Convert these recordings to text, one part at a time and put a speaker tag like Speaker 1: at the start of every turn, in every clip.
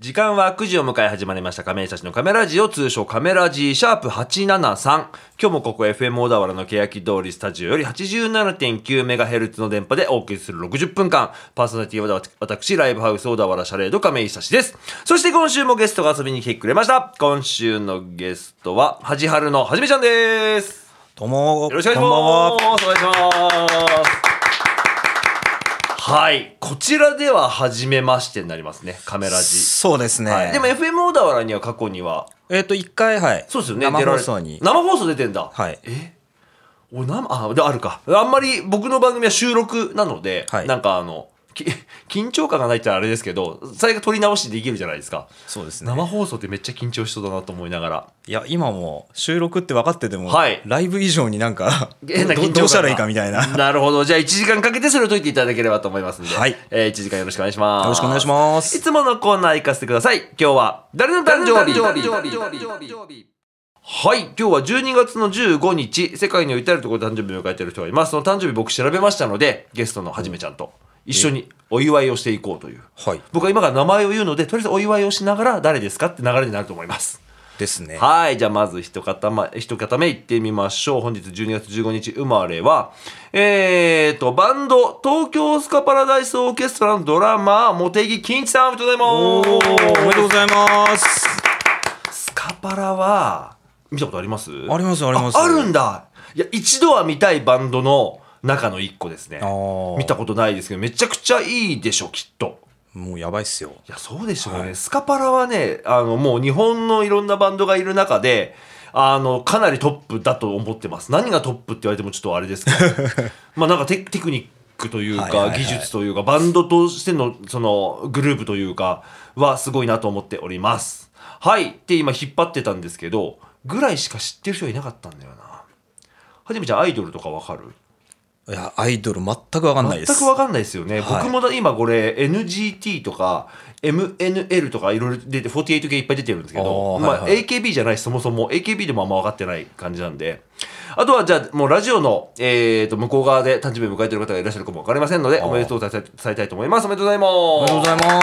Speaker 1: 時間は9時を迎え始まりました亀井たちのカメラジオ通称カメラジシャープ873今日もここ FM 小田原の欅通りスタジオより 87.9MHz の電波でお送りする60分間パーソナリティは私ライブハウス小田原シャレード亀井久志ですそして今週もゲストが遊びに来てくれました今週のゲストははじはるのはじめちゃんです
Speaker 2: どうも
Speaker 1: よろしくお願いしますお願いしますはいこちらでは初めましてになりますねカメラジ
Speaker 2: そうですね、
Speaker 1: はい、でも FM 小田原には過去には
Speaker 2: えっ、と一回はい
Speaker 1: そうですよね
Speaker 2: 生
Speaker 1: 出ら
Speaker 2: 放
Speaker 1: れ
Speaker 2: 送に
Speaker 1: 生放送出てんだ
Speaker 2: はい
Speaker 1: えお生あであるかあんまり僕の番組は収録なので、
Speaker 2: はい
Speaker 1: なんかあのき緊張感がないってあれですけど最悪撮り直しできるじゃないですか
Speaker 2: そうですね
Speaker 1: 生放送ってめっちゃ緊張しそうだなと思いながら
Speaker 2: いや今も収録って分かってても、
Speaker 1: はい
Speaker 2: ライブ以上になんか
Speaker 1: 変な緊張感
Speaker 2: ど
Speaker 1: が
Speaker 2: どうしたらいいかみたいなよ
Speaker 1: なるほどじゃあ1時間かけてそれを解いていただければと思いますんで、
Speaker 2: はい
Speaker 1: えー、1時間よろしくお願いします
Speaker 2: ろしくお願いし
Speaker 1: す
Speaker 2: ます
Speaker 1: いつものコーナー行かせてください今日は誰の誕生日はい今日は12月の15日世界に至るところで誕生日を迎えている人がいますその誕生日僕調べましたのでゲストのはじめちゃんと一緒にお祝いをしていこうという
Speaker 2: はい
Speaker 1: 僕は今から名前を言うのでとりあえずお祝いをしながら誰ですかって流れになると思います
Speaker 2: ですね
Speaker 1: はいじゃあまず一方,、ま、一方目いってみましょう本日12月15日生まれはえーとバンド東京スカパラダイスオーケストラのドラマー茂木金一さんおめでとうご
Speaker 2: おー
Speaker 1: ざい
Speaker 2: おめ
Speaker 1: ま
Speaker 2: でとうございます
Speaker 1: すスカパラは見たことあります
Speaker 2: ありますあります
Speaker 1: ああるんだいや一度は見たいバンドの中の一個ですね
Speaker 2: あー
Speaker 1: 見たことないですけどめちゃくちゃいいでしょきっと
Speaker 2: もうやばいっすよ
Speaker 1: いやそうでしょうね、スカパラはねあのもう日本のいろんなバンドがいる中であのかなりトップだと思ってます何がトップって言われてもちょっとあれですけど まあなんかテテクニックというか、
Speaker 2: はいはいはい
Speaker 1: 技術というかバンドとしてのそのグループというかはすごいなと思っておりますはいって今引っ張ってたんですけどぐらいしか知ってる人いなかったんだよなはじめちゃんアイドルとかわかる
Speaker 2: いやアイドル全く分かんないです
Speaker 1: 全く分かんないですよね、
Speaker 2: はい
Speaker 1: 僕もだ今これ NGT とか MNL とかいろいろ出て48系いっぱい出てるんですけど
Speaker 2: あー
Speaker 1: まあ
Speaker 2: はいは
Speaker 1: AKB じゃないしそもそも AKB でもあんま分かってない感じなんであとはじゃあもうラジオの、えー、と向こう側で誕生日を迎えてる方がいらっしゃるかも分かりませんので
Speaker 2: あー
Speaker 1: おめでとう伝え伝えたいと思いますおめでとうござい
Speaker 2: お
Speaker 1: ま
Speaker 2: め
Speaker 1: す
Speaker 2: でとうござ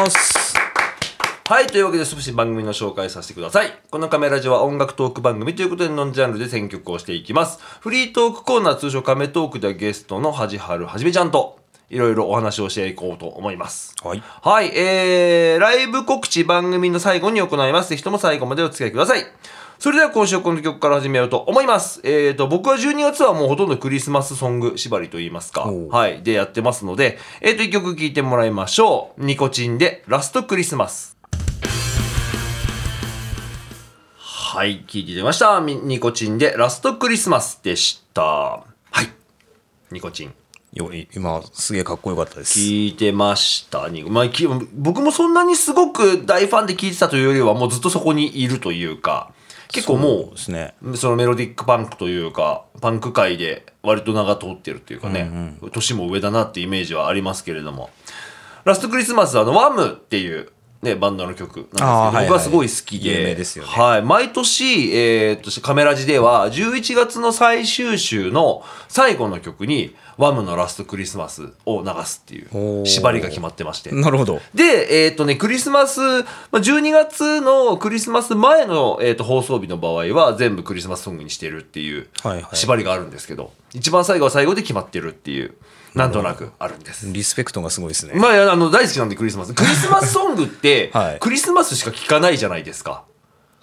Speaker 2: います
Speaker 1: はい、というわけで少し番組の紹介させてください。このカメラジオは音楽トーク番組ということでノンジャンルで選曲をしていきます。フリートークコーナー通称カメトークではゲストのはじはるはじめちゃんといろいろお話をしていこうと思います。
Speaker 2: はい
Speaker 1: はい、えー、ライブ告知番組の最後に行います。ぜひとも最後までお付き合いください。それでは今週はこの曲から始めようと思います。えーと、僕は12月はもうほとんどクリスマスソング縛りと言いますか。
Speaker 2: おう
Speaker 1: はい、でやってますので、えーと、一曲聴いてもらいましょう。ニコチンでラストクリスマス。はい、聴いていただきました。みニコチンでラストクリスマスでした。はい、ニコチン。
Speaker 2: よい今すげえかっこよかったです
Speaker 1: 聞いてましたに、まあ、き僕もそんなにすごく大ファンで聞いてたというよりはもうずっとそこにいるというか結構
Speaker 2: そう
Speaker 1: も
Speaker 2: ですね
Speaker 1: うそのメロディックパンクというかパンク界で割と名が通ってるというかね、年も上だなっていうイメージはありますけれどもラストクリスマスはあのワムっていう、ね、バンドの曲なんですけど、
Speaker 2: あーはいはい
Speaker 1: 僕はすごい好きで
Speaker 2: 有名ですよね
Speaker 1: はい、毎年、えーっとカメラジでは11月の最終週の最後の曲にワムのラストクリスマスを流すってい
Speaker 2: お
Speaker 1: う
Speaker 2: ー
Speaker 1: 縛りが決まってまして。
Speaker 2: なるほど
Speaker 1: で、えーっ、とね、クリスマス、まあ、12月のクリスマス前の、えーっと放送日の場合は全部クリスマスソングにしてるっていう
Speaker 2: はいはい
Speaker 1: 縛りがあるんですけど、一番最後は最後で決まってるっていう、なんとなくあるんです。
Speaker 2: リスペクトがすごいですね
Speaker 1: まあいや、あの、大好きなんでクリスマス。クリスマスソングって、
Speaker 2: はい
Speaker 1: クリスマスしか聴かないじゃないですか。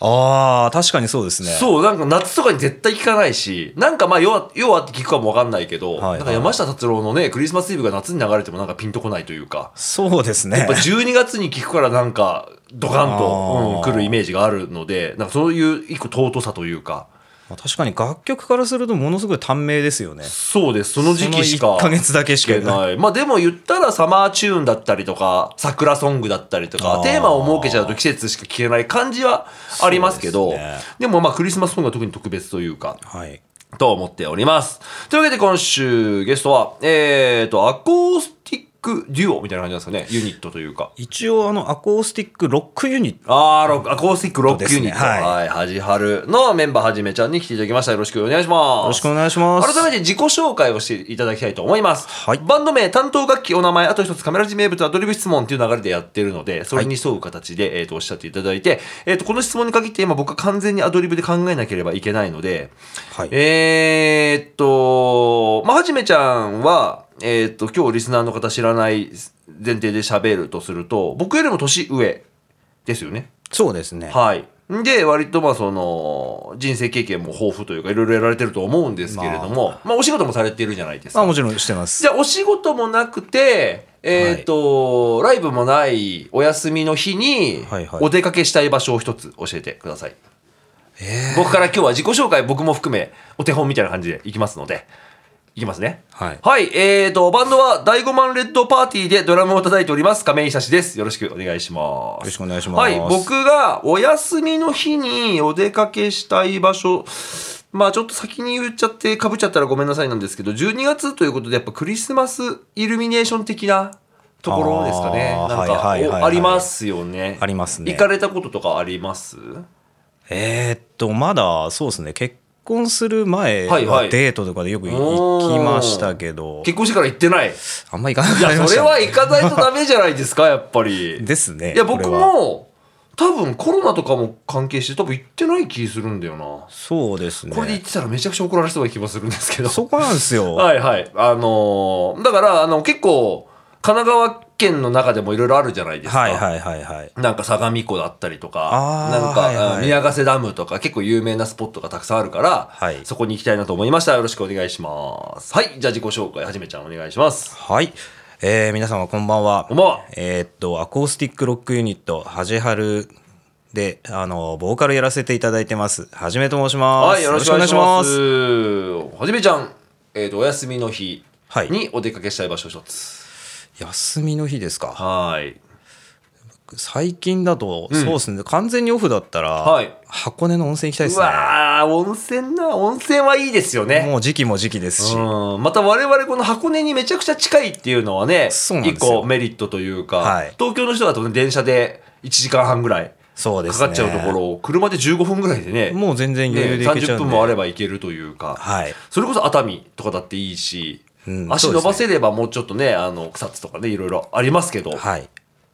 Speaker 2: ああ確かにそうですね
Speaker 1: そう、なんか夏とかに絶対聴かないし、なんかまあ、要は、要はって聞くかもわかんないけど、
Speaker 2: はいはい
Speaker 1: なんか山下達郎のね、クリスマスイブが夏に流れてもなんかピンとこないというか、
Speaker 2: そうですね
Speaker 1: やっぱ12月に聞くからなんか、ドカンと、うん、
Speaker 2: あー
Speaker 1: 来るイメージがあるので、なんかそういう一個尊さというか、
Speaker 2: まあ確かに楽曲からするとものすごい短命ですよね
Speaker 1: そうです、その時期しか。
Speaker 2: その1ヶ月だけしか
Speaker 1: いけない。まあでも言ったらサマーチューンだったりとか、桜ソングだったりとか
Speaker 2: あ、ー
Speaker 1: テーマを設けちゃうと季節しか聴けない感じはありますけど、で
Speaker 2: そうですね
Speaker 1: もまあクリスマスソングは特に特別というか、
Speaker 2: はい
Speaker 1: と思っております。というわけで今週ゲストは、えーと、アコースティックデュオみたいな感じなんですかねユニットというか
Speaker 2: 一応あのアコースティックロックユニット
Speaker 1: あーロックアコースティックロックユニット、
Speaker 2: ですねはい
Speaker 1: はいはじはるのメンバーはじめちゃんに来ていただきましたよろしくお願いします
Speaker 2: よろしくお願いします
Speaker 1: 改めて自己紹介をしていただきたいと思います、
Speaker 2: はい
Speaker 1: バンド名担当楽器お名前あと一つカメラ字名物アドリブ質問っていう流れでやってるのでそれに沿う形で、えー、とおっしゃっていただいて、えー、とこの質問に限って今僕は完全にアドリブで考えなければいけないので、
Speaker 2: はい
Speaker 1: えーっと、まあ、はじめちゃんは、えーっと、今日リスナーの方知らない前提で喋るとすると、僕よりも年上ですよね。
Speaker 2: そうですね
Speaker 1: はい。で、割とまあその、人生経験も豊富というか、いろいろやられてると思うんですけれども、まあ、お仕事もされてるじゃないです
Speaker 2: あ
Speaker 1: か。
Speaker 2: もちろんしてます
Speaker 1: じゃあ、お仕事もなくて、えーっと、ライブもないお休みの日に
Speaker 2: はいは、い
Speaker 1: お出かけしたい場所を一つ教えてください。
Speaker 2: え
Speaker 1: 僕から今日は自己紹介僕も含めお手本みたいな感じでいきますのでいきますね
Speaker 2: はい
Speaker 1: はいえーとバンドは第5万レッドパーティーでドラムを叩いております亀井久志ですよろしくお願いします
Speaker 2: よろしくお願いします
Speaker 1: はい僕がお休みの日にお出かけしたい場所まあちょっと先に言っちゃってかぶっちゃったらごめんなさいなんですけど12月ということでやっぱクリスマスイルミネーション的なところですかね
Speaker 2: あー
Speaker 1: なんか、
Speaker 2: はいはいはいはい
Speaker 1: おありますよね
Speaker 2: ありますね
Speaker 1: 行かれたこととかあります
Speaker 2: えーっとまだそうですね結婚する前
Speaker 1: はいは
Speaker 2: はいデートとかでよく行きましたけど、
Speaker 1: 結婚してから行ってない
Speaker 2: あんま行かなく
Speaker 1: い
Speaker 2: なり
Speaker 1: や、
Speaker 2: まし
Speaker 1: それ
Speaker 2: た、
Speaker 1: は
Speaker 2: ね、
Speaker 1: 行かないとダメじゃないです か、やっぱり。
Speaker 2: ですね
Speaker 1: いや、僕
Speaker 2: これは
Speaker 1: も、多分コロナとかも関係して、多分行ってない気するんだよな。
Speaker 2: そうですね
Speaker 1: これで行ってたらめちゃくちゃ怒られそうな気もするんですけど。
Speaker 2: そこなんですよ、
Speaker 1: はいはい。あのーだから、あの、結構、神奈川県の中でもいろいろあるじゃないですか。
Speaker 2: はいはいはいはい
Speaker 1: なんか相模湖だったりとか
Speaker 2: あ、ー
Speaker 1: なんか、
Speaker 2: はいはい
Speaker 1: うん宮ヶ瀬ダムとか結構有名なスポットがたくさんあるから、
Speaker 2: はい
Speaker 1: そこに行きたいなと思いました。よろしくお願いします。はい。じゃあ自己紹介、はじめちゃんお願いします。
Speaker 2: はい。えー、皆様こんばんは。
Speaker 1: こんばんは
Speaker 2: えーっと、アコースティックロックユニット、はじはるで、あの、ボーカルやらせていただいてます。はじめと申します。
Speaker 1: はい、よろしくお願いしま。
Speaker 2: よろしくお願いします
Speaker 1: はじめちゃん、えっ、と、お休みの日
Speaker 2: はい
Speaker 1: にお出かけしたい場所一つ。
Speaker 2: す休みの日ですか。
Speaker 1: はい。
Speaker 2: 最近だと、そうですね、完全にオフだったら、
Speaker 1: はい
Speaker 2: 箱根の温泉行きたいで
Speaker 1: う
Speaker 2: すね。
Speaker 1: わー、温泉な、温泉はいいですよね。
Speaker 2: もう時期も時期ですし、
Speaker 1: うん、また我々この箱根にめちゃくちゃ近いっていうのはね、
Speaker 2: そうなん
Speaker 1: 一
Speaker 2: ですよ
Speaker 1: 個メリットというか、
Speaker 2: はい
Speaker 1: 東京の人だとね、電車で1時間半ぐらい
Speaker 2: そうで
Speaker 1: か
Speaker 2: す
Speaker 1: か
Speaker 2: ね。
Speaker 1: っちゃうところを、車で15分ぐらいでね、
Speaker 2: もう全然余裕で行
Speaker 1: ね
Speaker 2: けちゃ
Speaker 1: 30
Speaker 2: うんで、
Speaker 1: 分もあれば行けるというか、
Speaker 2: はい。
Speaker 1: それこそ熱海とかだっていいし、
Speaker 2: うん
Speaker 1: 足伸ばせればもうちょっとね、あの、草津とかね、いろいろありますけど、
Speaker 2: はい。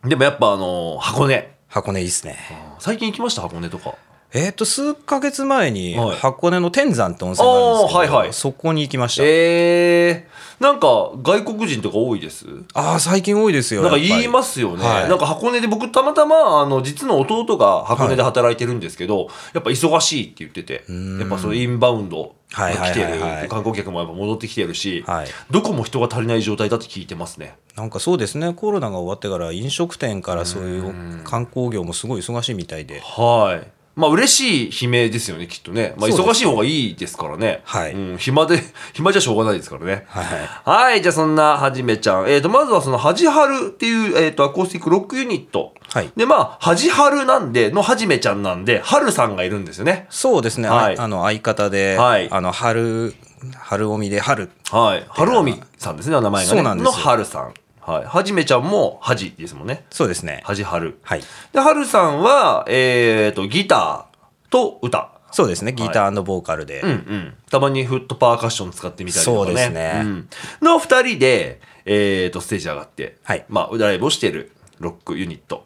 Speaker 1: でもやっぱあの、箱根。
Speaker 2: 箱根いいですね。
Speaker 1: 最近行きました箱根とか。
Speaker 2: えー、と数ヶ月前に
Speaker 1: はい
Speaker 2: 箱根の天山って温泉があるんですけど、
Speaker 1: あーはいはい
Speaker 2: そこに行きました、
Speaker 1: えー、なんか外国人とか多いです
Speaker 2: ああ最近多いですよ
Speaker 1: なんか
Speaker 2: やっぱり
Speaker 1: 言いますよね、
Speaker 2: はい
Speaker 1: なんか箱根で僕たまたまあの実の弟が箱根で働いてるんですけど、やっぱ忙しいって言っててやっぱそのインバウンドが来てる、
Speaker 2: はいはいはいはい
Speaker 1: 観光客もやっぱ戻ってきてるし、
Speaker 2: はい
Speaker 1: どこも人が足りない状態だって聞いてますね
Speaker 2: なんかそうですねコロナが終わってから飲食店からそういう観光業もすごい忙しいみたいで
Speaker 1: はいまあ嬉しい悲鳴ですよねきっとね、まあ、
Speaker 2: そうですね
Speaker 1: 忙しい方がいいですからね
Speaker 2: はい
Speaker 1: うん、暇で 暇じゃしょうがないですからね
Speaker 2: はい
Speaker 1: はい、じゃあそんなはじめちゃん。えっ、と、まずはそのはじはるっていう、えっ、と、アコースティックロックユニット。
Speaker 2: はい
Speaker 1: で、まあ、はじはるなんで、のはじめちゃんなんで、はるさんがいるんですよね。
Speaker 2: そうですね、
Speaker 1: はい
Speaker 2: ああの相方で、
Speaker 1: はい
Speaker 2: あの春春おみで春
Speaker 1: はい。はるおみさんですね、名前がね。
Speaker 2: そうなんです
Speaker 1: の
Speaker 2: よ
Speaker 1: はるさん。はい。はじめちゃんも、はじですもんね。
Speaker 2: そうですね
Speaker 1: はじはる。
Speaker 2: はい
Speaker 1: で、はるさんは、えっ、と、ギターと歌。
Speaker 2: そうですねギターボーカルで、
Speaker 1: うんうん。たまにフットパーカッション使ってみたりとかね。
Speaker 2: そうですね
Speaker 1: んの二人で、えー、と、ステージ上がって、
Speaker 2: はい
Speaker 1: まあ、ライブをしてるロックユニット。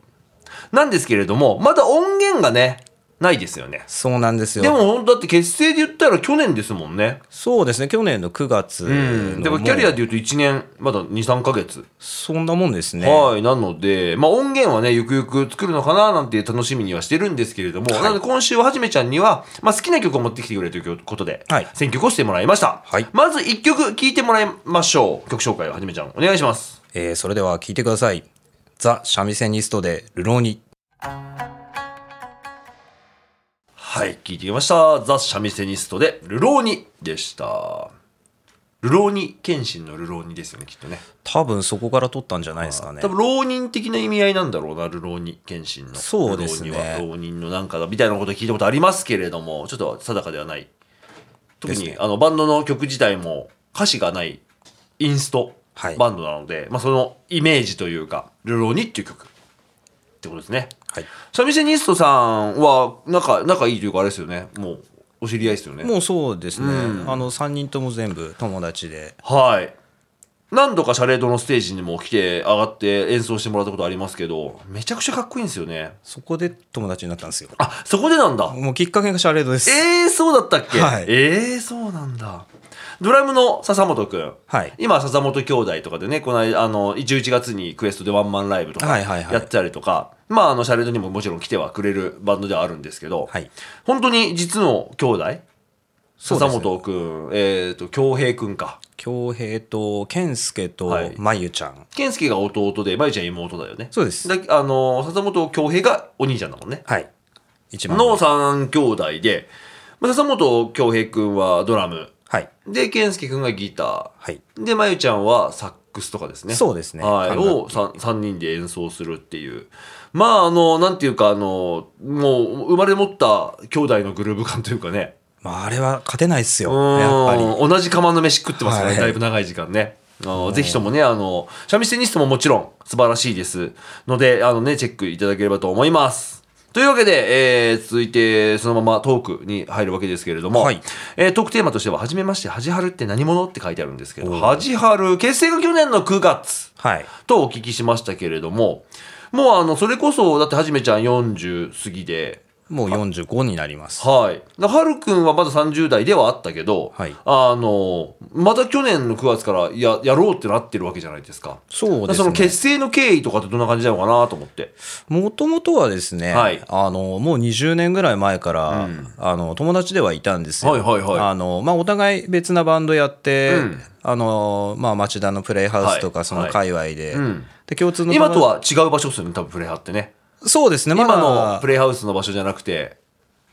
Speaker 1: なんですけれども、まだ音源がね、ないですよね。
Speaker 2: そうなんですよ
Speaker 1: でも、ほんとだって結成で言ったら去年ですもんね。
Speaker 2: そうですね去年の9月の、
Speaker 1: うん。でも、キャリアで言うと1年、まだ2、3ヶ月。
Speaker 2: そんなもんですね
Speaker 1: はい。なので、まあ、音源はね、ゆくゆく作るのかななんて楽しみにはしてるんですけれども、なので今週ははじめちゃんには、まあ、好きな曲を持ってきてくれということで、
Speaker 2: はい
Speaker 1: 選曲をしてもらいました。
Speaker 2: はい
Speaker 1: まず1曲聴いてもらいましょう。曲紹介をはじめちゃん、お願いします。
Speaker 2: えーそれでは聞いてくださいザ・シャミセニストでルローニ
Speaker 1: はい。聴いてきました。ザ・シャミセニストで、ルローニでした。ルローニ、剣心のルローニですよね、きっとね。
Speaker 2: 多分そこから取ったんじゃないですかね
Speaker 1: 多分浪人的な意味合いなんだろうなル浪人謙信の
Speaker 2: そうですね
Speaker 1: ル浪人は浪人のなんかだみたいなこと聞いたことありますけれどもちょっと定かではない特
Speaker 2: で
Speaker 1: に、
Speaker 2: すね
Speaker 1: あのバンドの曲自体も歌詞がないインスト
Speaker 2: はい
Speaker 1: バンドなので、まあ、そのイメージというか「ルローニ」っていう曲ってことですね
Speaker 2: はい
Speaker 1: 三味線ニストさんは仲仲いいというかあれですよねもうお知り合いですよね
Speaker 2: もうそうですね、あの3人とも全部友達で
Speaker 1: はい何度かシャレードのステージにも来て上がって演奏してもらったことありますけどめちゃくちゃかっこいいんですよね
Speaker 2: そこで友達になったんですよ
Speaker 1: あそこでなんだ
Speaker 2: もうきっかけがシャレードです
Speaker 1: えー、そうだったっけ、
Speaker 2: はい
Speaker 1: えー、そうなんだドラムの笹本くん
Speaker 2: はい
Speaker 1: 今笹本兄弟とかでねこの間あの11月にクエストでワンマンライブとか
Speaker 2: はいはいはい
Speaker 1: やったりとか、まああのシャレードにももちろん来てはくれるバンドではあるんですけど、
Speaker 2: はい
Speaker 1: 本当に実の兄弟
Speaker 2: そう
Speaker 1: 笹
Speaker 2: ですね
Speaker 1: 本くん、えっ、と恭平くんか
Speaker 2: 恭平と健介と
Speaker 1: はい
Speaker 2: まゆちゃん
Speaker 1: 健介が弟でまゆちゃん妹だよね
Speaker 2: そうです
Speaker 1: だあの笹本恭平がお兄ちゃんだもんね
Speaker 2: はい一番
Speaker 1: の3兄弟でまあ笹本恭平くんはドラム
Speaker 2: はい
Speaker 1: で健介くんがギタ
Speaker 2: はい
Speaker 1: ーでまゆちゃんはサックスとかですね
Speaker 2: そうですね
Speaker 1: はい、
Speaker 2: 管楽器
Speaker 1: を 3, 人で演奏するっていうまああのなんていうかあのもう生まれ持った兄弟のグルーヴ感というかね
Speaker 2: まああれは勝てないっすよ
Speaker 1: うん
Speaker 2: やっぱり
Speaker 1: 同じ釜の飯食ってますからね、
Speaker 2: はい
Speaker 1: だいぶ長い時間ね。あのぜひともね、あの、三味線ニストももちろん素晴らしいです。ので、あのね、チェックいただければと思います。というわけで、えー続いて、そのままトークに入るわけですけれども、
Speaker 2: はい
Speaker 1: えートークテーマとしては、はじめまして、はじはるって何者って書いてあるんですけど、はじはる、結成が去年の9月
Speaker 2: はい
Speaker 1: とお聞きしましたけれども、もうあの、それこそ、だってはじめちゃん40過ぎで、
Speaker 2: もう45になります
Speaker 1: はい。だはるくんはまだ30代ではあったけど、
Speaker 2: はい
Speaker 1: あの、また去年の9月からややろうってなってるわけじゃないですか。
Speaker 2: そう
Speaker 1: だから
Speaker 2: です
Speaker 1: その
Speaker 2: ね
Speaker 1: 結成の経緯とかってどんな感じなのかなと思って。
Speaker 2: もともとはですね、
Speaker 1: はい
Speaker 2: あのもう20年ぐらい前から、あの友達ではいたんですよ。
Speaker 1: はいはいはい
Speaker 2: あのまあ、お互い別なバンドやって、
Speaker 1: ん
Speaker 2: あのまあ、町田のプレイハウスと
Speaker 1: は
Speaker 2: か
Speaker 1: い
Speaker 2: その界隈で,、
Speaker 1: ん
Speaker 2: で共通の
Speaker 1: 今と
Speaker 2: は
Speaker 1: は違う場所ですよね、多分プレハってね。
Speaker 2: そうですね、まだ
Speaker 1: 今のプレイハウスの場所じゃなくて、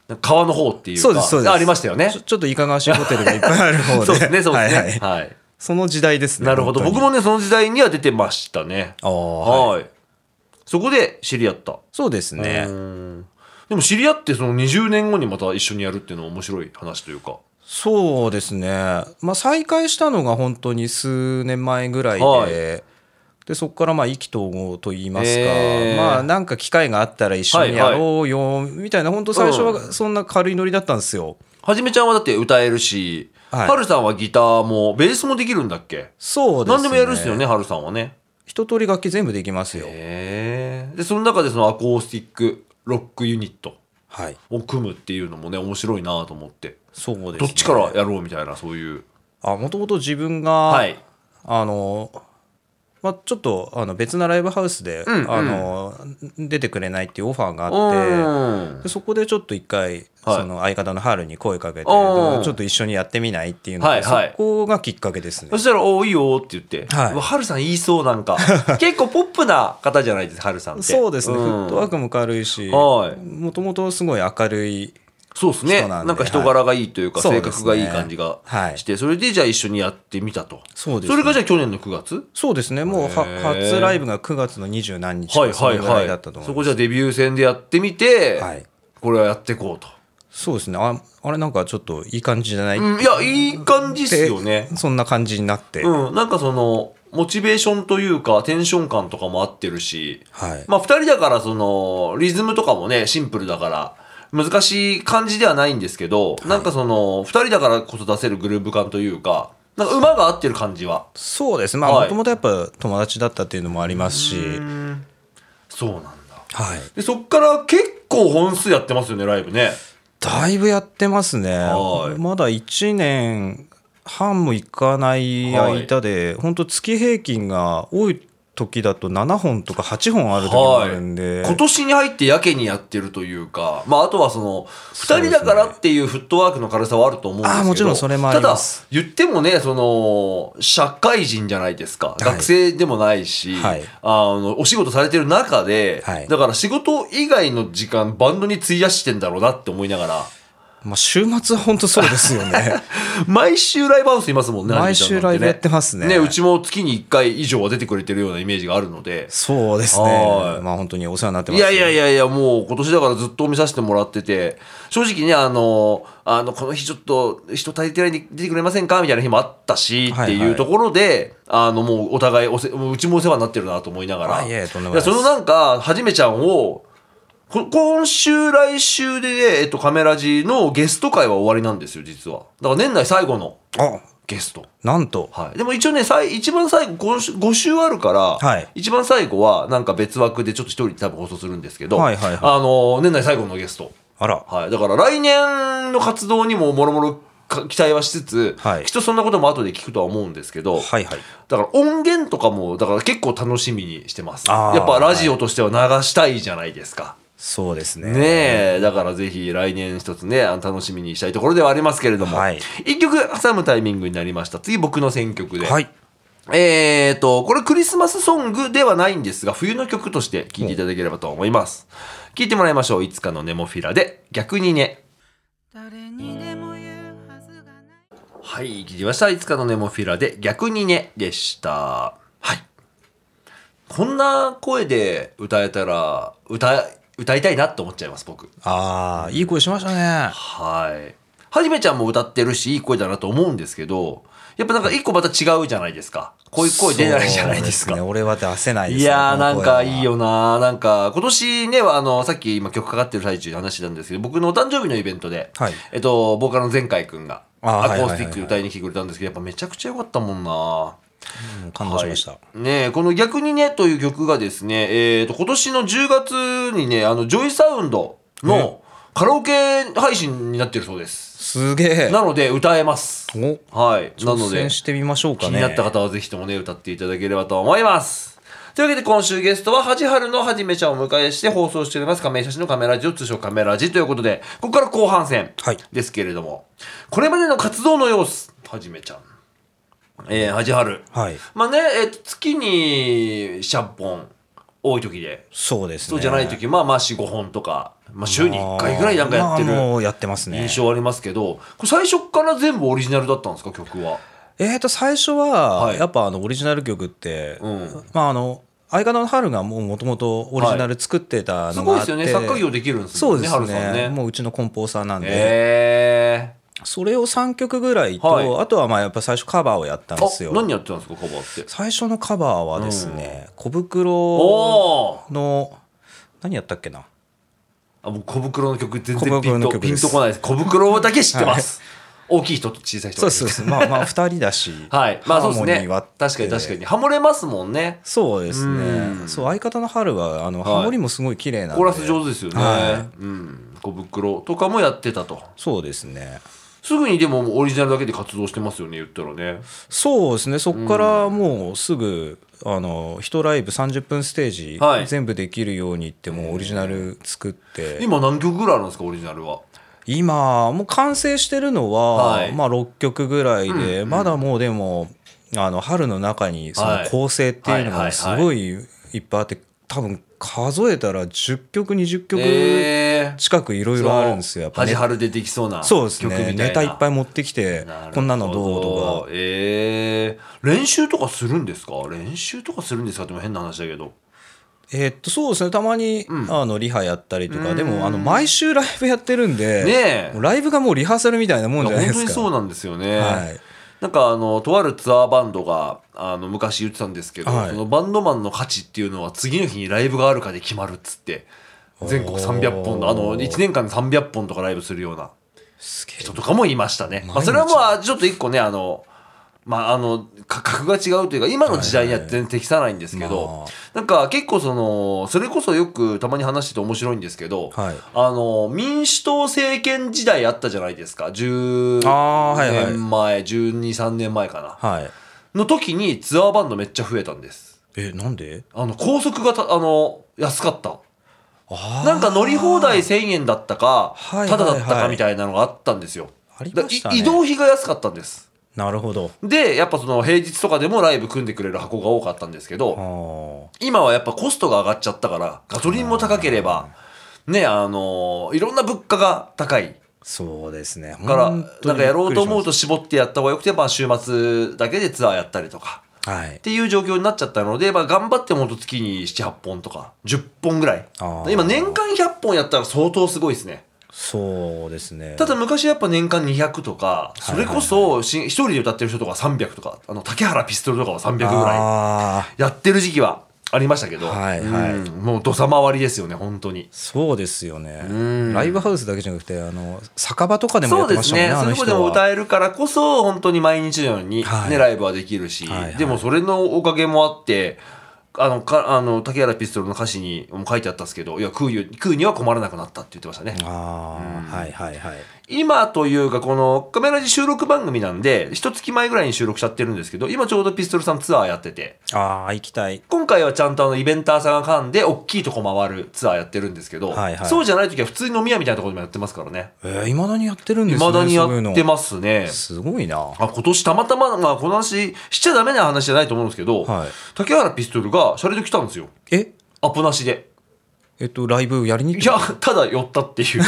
Speaker 1: なんか川の方っていうか、
Speaker 2: そうですそうです
Speaker 1: ありましたよね
Speaker 2: ちょ。ちょっといかがわしいホテルがいっぱいある方 で
Speaker 1: そうですね、そうですね。
Speaker 2: はいはい
Speaker 1: はい
Speaker 2: その時代ですね
Speaker 1: なるほど。
Speaker 2: 本当
Speaker 1: 僕
Speaker 2: に
Speaker 1: もね、その時代には出てましたね。
Speaker 2: あー
Speaker 1: はい。そこで知り合った。
Speaker 2: そうですね
Speaker 1: でも知り合ってその20年後にまた一緒にやるっていうのは面白い話というか。
Speaker 2: そうですね、まあ、再開したのが本当に数年前ぐらいで,、
Speaker 1: はい
Speaker 2: でそこからまあ意気投合といいますか、
Speaker 1: えー
Speaker 2: まあなんか機会があったら一緒にやろうよみたいな、本当最初
Speaker 1: う
Speaker 2: はそんな軽いノリだったんですよ。
Speaker 1: はじめちゃんはだって歌えるし、
Speaker 2: はい
Speaker 1: はるさんはギターも、ベースもできるんだっけ
Speaker 2: そうですね、
Speaker 1: 何でもやるっすよね、はるさんはね。
Speaker 2: 一通り楽器全部できますよ。
Speaker 1: へえ。で、その中でそのアコースティックロックユニット
Speaker 2: はい、
Speaker 1: を組むっていうのもね、面白いなと思って。
Speaker 2: そうですね、
Speaker 1: どっちからやろうみたいな、そういう。
Speaker 2: あもともと自分が、
Speaker 1: はい
Speaker 2: あのまあ、ちょっとあの別なライブハウスで、あの出てくれないっていうオファーがあって。
Speaker 1: うん
Speaker 2: でそこでちょっと一回、
Speaker 1: はい
Speaker 2: その相方のハルに声かけてち
Speaker 1: おー
Speaker 2: ょっと一緒にやってみないっていうので、
Speaker 1: はいはい
Speaker 2: そこがきっかけですね
Speaker 1: そしたら、おーいいよって言って。
Speaker 2: はいう
Speaker 1: わはるさん言いそうなん か。結構ポップな方じゃないですか、はるさんって。
Speaker 2: そうですね、
Speaker 1: ん
Speaker 2: フットワークも軽いし
Speaker 1: はい
Speaker 2: もともとすごい明るい
Speaker 1: そうですね。
Speaker 2: 人
Speaker 1: な
Speaker 2: なんんで
Speaker 1: か人柄がいいというか、
Speaker 2: はい
Speaker 1: 性格がいい感じがして、それでじゃあ一緒にやってみたと。
Speaker 2: そうですね
Speaker 1: れがじゃあ去年の9月
Speaker 2: そうですねもうは
Speaker 1: へー
Speaker 2: 初ライブが9月の二十何日
Speaker 1: はい
Speaker 2: とかそ
Speaker 1: は
Speaker 2: の
Speaker 1: い
Speaker 2: ぐら
Speaker 1: はいい
Speaker 2: だったと思
Speaker 1: そ
Speaker 2: いま
Speaker 1: こじゃあデビュー戦でやってみて、
Speaker 2: すはい
Speaker 1: これはやっていこうと。
Speaker 2: そうですねああれなんかちょっといい感じじゃない、
Speaker 1: うん、いや、いい感じっすよね。
Speaker 2: そんな感じになって、
Speaker 1: うん、なんかその、モチベーションというか、テンション感とかも合ってるし、
Speaker 2: はい、
Speaker 1: まあ、2人だからそのリズムとかもねシンプルだから難しい感じではないんですけど、なんかその2人だからこそ出せるグルーヴ感というかなんか馬が合ってる感じは
Speaker 2: そうですまあ
Speaker 1: はい
Speaker 2: もともとやっぱ友達だったっていうのもありますし、
Speaker 1: そうなんだ
Speaker 2: はい
Speaker 1: でそっから結構本数やってますよねライブね
Speaker 2: だいぶやってますね、
Speaker 1: はい
Speaker 2: まだ1年半もいかない間で、本当月平均が多い時だと7本とか8本ある時もあるんで、
Speaker 1: 今年に入ってやけにやってるというか、まあ、あとはその2人だからっていうフットワークの軽さはあると思うんですけど
Speaker 2: あーもちろんそれもあります
Speaker 1: ただ言ってもねその社会人じゃないですか、
Speaker 2: い
Speaker 1: 学生でもないし、
Speaker 2: はい
Speaker 1: あのお仕事されてる中で、
Speaker 2: はい
Speaker 1: だから仕事以外の時間バンドに費やしてんだろうなって思いながら
Speaker 2: まあ、週末は本当そうですよ ね
Speaker 1: 毎週ライブハウスいますもんね
Speaker 2: 毎週ライブやってますね
Speaker 1: ねうちも月に1回以上は出てくれてるようなイメージがあるので
Speaker 2: そうです
Speaker 1: は
Speaker 2: ね
Speaker 1: い
Speaker 2: まあ本当にお世話になってま
Speaker 1: い
Speaker 2: す
Speaker 1: やいやいやいや、もう今年だからずっと見させてもらってて、正直ね、あの、あの、この日ちょっと人足りてないんで出てくれませんかみたいな日もあったし、
Speaker 2: はいはい
Speaker 1: っていうところで、あの、もうお互いおせ、もううちもお世話になってるなと思いながら。
Speaker 2: あいえとんでも
Speaker 1: いや
Speaker 2: ないです
Speaker 1: そのなんか、はじめちゃんを、こ今週、来週で、えっと、カメラジのゲスト会は終わりなんですよ、実は。だから年内最後の
Speaker 2: あ
Speaker 1: ゲスト。
Speaker 2: なんと
Speaker 1: はい、でも一応ね、さい一番最後今週、5週あるから、
Speaker 2: はい
Speaker 1: 一番最後は、なんか別枠でちょっと一人で多分放送するんですけど、
Speaker 2: はいはいはい
Speaker 1: あのー年内最後のゲスト、
Speaker 2: あら
Speaker 1: はい、だから来年の活動にももろもろか期待はしつつ、
Speaker 2: はい
Speaker 1: きっとそんなことも後で聞くとは思うんですけど、
Speaker 2: はいはい
Speaker 1: だから音源とかも、だから結構楽しみにしてます。
Speaker 2: あー
Speaker 1: やっぱラジオとしては流したいじゃないですか。
Speaker 2: そうですね
Speaker 1: ねえ、だからぜひ来年一つね、あの楽しみにしたいところではありますけれども、
Speaker 2: はい
Speaker 1: 一曲挟むタイミングになりました。次僕の選曲で。
Speaker 2: はい
Speaker 1: えーと、これクリスマスソングではないんですが、冬の曲として聴いていただければと思います。聴いてもらいましょう。いつかのネモフィラで、逆にね。
Speaker 3: 誰にでも言うはずがない
Speaker 1: はい、聴きました。いつかのネモフィラで、逆にね、でした。はい。こんな声で歌えたら、歌、歌いたいなって思っちゃいます、僕。
Speaker 2: ああいい声しましたね
Speaker 1: はい。はじめちゃんも歌ってるし、いい声だなと思うんですけど、やっぱなんか一個また違うじゃないですか。こういう声出ないじゃないですか。
Speaker 2: そうね、俺は出せないです
Speaker 1: い
Speaker 2: ね
Speaker 1: やー
Speaker 2: この
Speaker 1: なん
Speaker 2: 声は
Speaker 1: かいいよななんか今年ねあのさっき今曲かかってる最中の話なんですけど僕のお誕生日のイベントで、
Speaker 2: はい
Speaker 1: えっとボーカルの前回くんが
Speaker 2: あ
Speaker 1: ア
Speaker 2: はいはい
Speaker 1: コー
Speaker 2: はいは
Speaker 1: ステ
Speaker 2: い
Speaker 1: ィックで歌いに来てくれたんですけどやっぱめちゃくちゃ良かったもんな
Speaker 2: うん感動しました、
Speaker 1: はいねえこの「逆にね」という曲がですね、えー、と今年の10月にねあのジョイサウンドのカラオケ配信になってるそうです
Speaker 2: すげえ
Speaker 1: なので歌えます
Speaker 2: お
Speaker 1: はいなの
Speaker 2: 挑
Speaker 1: で
Speaker 2: 戦してみましょうか
Speaker 1: 気
Speaker 2: ね
Speaker 1: になった方はぜひともね、歌っていただければと思います。というわけで今週ゲストは、はじはるのはじめちゃんをお迎えして放送しております、亀井写真のカメラジオ、通称カメラジということで、ここから後半戦
Speaker 2: はい
Speaker 1: ですけれども、これまでの活動の様子、はじめちゃん、えー、はじはる。
Speaker 2: はい
Speaker 1: まあね、えーと月にシャンポン、多い時で、
Speaker 2: そうですね
Speaker 1: そうじゃない時、まあまあ4、5本とか、まあ週に1回ぐらいなんかやって
Speaker 2: ま
Speaker 1: る
Speaker 2: あもうやってますね
Speaker 1: 印象ありますけど、これ最初から全部オリジナルだったんですか、曲は。
Speaker 2: えー、と最初は、
Speaker 1: はい
Speaker 2: やっぱあのオリジナル曲って、
Speaker 1: うん
Speaker 2: まああの相方の春がもうもともとオリジナル作ってた
Speaker 1: す
Speaker 2: の
Speaker 1: ごい
Speaker 2: があ
Speaker 1: で
Speaker 2: っ
Speaker 1: す
Speaker 2: て、
Speaker 1: よね。作家業できるんです
Speaker 2: そ
Speaker 1: もん
Speaker 2: う
Speaker 1: ね、
Speaker 2: です
Speaker 1: 春さん
Speaker 2: ね
Speaker 1: ね。
Speaker 2: もううちのコンポーサーなんで、
Speaker 1: え
Speaker 2: それを3曲ぐらいと、
Speaker 1: はい
Speaker 2: あとはまあやっぱ最初カバーをやったん
Speaker 1: ー
Speaker 2: です
Speaker 1: あ、
Speaker 2: よ
Speaker 1: 何やってたんですか、カバーって。
Speaker 2: 最初のカバーはですね、小袋
Speaker 1: おー
Speaker 2: の何やったっけな
Speaker 1: あ、もう小袋の曲全
Speaker 2: 小
Speaker 1: 然ピ
Speaker 2: 袋
Speaker 1: ン
Speaker 2: の
Speaker 1: と、
Speaker 2: 曲
Speaker 1: ピ
Speaker 2: で
Speaker 1: ン
Speaker 2: す
Speaker 1: とこないです。小袋だけ知ってます。大きい人と小さい人
Speaker 2: そ
Speaker 1: が
Speaker 2: う
Speaker 1: いる
Speaker 2: そうそうまあまあ2人だし
Speaker 1: はい。まあそうです
Speaker 2: ハーモニ
Speaker 1: ね
Speaker 2: ー割っ。て
Speaker 1: 確かに確かに。ハモれますもんね。
Speaker 2: そうです
Speaker 1: う
Speaker 2: ねそう相方の春はあの、
Speaker 1: はい
Speaker 2: ハモリもすごい綺麗なんで
Speaker 1: コーラス上手ですよね。
Speaker 2: は
Speaker 1: うん。小袋とかもやってたと。
Speaker 2: そうですね
Speaker 1: すぐにでももうオリジナルだけで活動してますよね、言ったらね。
Speaker 2: そうですねそこからもうすぐ、あの1ライブ30分ステージ、
Speaker 1: はい
Speaker 2: 全部できるようにってもうオリジナル作って
Speaker 1: 今何曲ぐらいあるんですか、オリジナルは。
Speaker 2: 今もう完成してるのは、
Speaker 1: はい
Speaker 2: まあ、6曲ぐらいで、まだもうでもあの春の中にその
Speaker 1: はい
Speaker 2: 構成ってい
Speaker 1: はい
Speaker 2: うの
Speaker 1: はいはい
Speaker 2: がすごいいっぱいあって多分数えたら10曲20曲
Speaker 1: えー
Speaker 2: 近くいろいろあるんですよやっぱ
Speaker 1: はじ
Speaker 2: ね
Speaker 1: はるでできそうな
Speaker 2: そう
Speaker 1: 曲
Speaker 2: で
Speaker 1: みた
Speaker 2: す
Speaker 1: いな。
Speaker 2: ねネタいっぱい持ってきて
Speaker 1: るほど
Speaker 2: こんなのどうとか
Speaker 1: えー練習とかするんですか練習とかするんですかっても変な話だけど
Speaker 2: えーっとそうですねたまに、
Speaker 1: ん
Speaker 2: あのリハやったりとかでもあの毎週ライブやってるんで、
Speaker 1: ねえ
Speaker 2: もうライブがもうリハーサルみたいなもんじゃない
Speaker 1: 本
Speaker 2: で
Speaker 1: 当
Speaker 2: す
Speaker 1: に
Speaker 2: か
Speaker 1: そうなんですよね、
Speaker 2: はい
Speaker 1: なんかあのとあるツアーバンドがあの昔言ってたんですけど、
Speaker 2: はい
Speaker 1: そのバンドマンの価値っていうのは次の日にライブがあるかで決まるっつって全国300本のあの1年間で300本とかライブするような
Speaker 2: すげえ
Speaker 1: 人とかもいましたね、まあ、それはもうあちょっと一個ねあのまああのか格が違うというか今の時代には全然適さないんですけど、
Speaker 2: まあ
Speaker 1: なんか結構そのそれこそよくたまに話してて面白いんですけど、
Speaker 2: はい
Speaker 1: あの民主党政権時代あったじゃないですか10
Speaker 2: あーはいはい
Speaker 1: 年前1213年前かな
Speaker 2: はい
Speaker 1: の時にツアーバンドめっちゃ増えたんです
Speaker 2: えなんで
Speaker 1: あの高速がたあの安かった
Speaker 2: あー
Speaker 1: なんか乗り放題1000円だったか
Speaker 2: はいはい
Speaker 1: ただだったかみたいなのがあったんですよ
Speaker 2: ありましたね
Speaker 1: だ移動費が安かったんです
Speaker 2: なるほど
Speaker 1: でやっぱその平日とかでもライブ組んでくれる箱が多かったんですけど、
Speaker 2: あー
Speaker 1: 今はやっぱコストが上がっちゃったからガソリンも高ければねあのいろんな物価が高い
Speaker 2: そうですね。
Speaker 1: だから、
Speaker 2: 本当
Speaker 1: な
Speaker 2: に
Speaker 1: んかやろうと思う
Speaker 2: びっく
Speaker 1: と絞ってやった方がよくて、まあ週末だけでツアーやったりとか。
Speaker 2: りしました。はい
Speaker 1: っ。ていう状況になっちゃったので、まあ、頑張ってもっと月に7、8本とか、10本ぐらい
Speaker 2: あ。ー
Speaker 1: 今、年間100本やったら相当すごいですね。
Speaker 2: そうですね。
Speaker 1: ただ、昔やっぱ年間200とか、それこそし一人で歌ってる人とか300とか、あの、竹原ピストルとかは300ぐら
Speaker 2: ああ、
Speaker 1: い、やってる時期はありましたけど、
Speaker 2: はいはい
Speaker 1: うんもう土佐回りですよね、本当に。
Speaker 2: そうですよね
Speaker 1: ん。
Speaker 2: ライブハウスだけじゃなくて、あの、酒場とかでも
Speaker 1: そ
Speaker 2: やっ
Speaker 1: う
Speaker 2: て
Speaker 1: で
Speaker 2: ますしたもん
Speaker 1: ね
Speaker 2: ね、。あ
Speaker 1: そ
Speaker 2: の
Speaker 1: こで
Speaker 2: 人
Speaker 1: も
Speaker 2: は。
Speaker 1: 歌えるからこそ、本当に毎日のように、ね
Speaker 2: はい
Speaker 1: ライブはできるし、
Speaker 2: はいはい
Speaker 1: でもそれのおかげもあって、あの、かあの竹原ピストルの歌詞にも書いてあったんですけど、いや、食うよ食うには困らなくなったって言ってましたね。
Speaker 2: ああ、はいはいはい。
Speaker 1: 今というか、このカメラジ収録番組なんで、一月前ぐらいに収録しちゃってるんですけど、今ちょうどピストルさんツアーやってて、
Speaker 2: ああ、行きたい。
Speaker 1: 今回はちゃんとあのイベンターさんが噛んで、大きいとこ回るツアーやってるんですけど、
Speaker 2: はいはい
Speaker 1: そうじゃない時は普通に飲み屋みたいなところでもやってますからね。
Speaker 2: えー、いまだにやってるんですね
Speaker 1: 未だにや
Speaker 2: そういうの
Speaker 1: ってますね。
Speaker 2: すごいな。
Speaker 1: あ今年たまたま、まあ、この話しちゃダメな話じゃないと思うんですけど、
Speaker 2: はい
Speaker 1: 竹原ピストルがシャレで来たんですよ
Speaker 2: え
Speaker 1: アポなしで
Speaker 2: えっと、ライブやりに行っ
Speaker 1: い
Speaker 2: て
Speaker 1: やただ寄ったって いう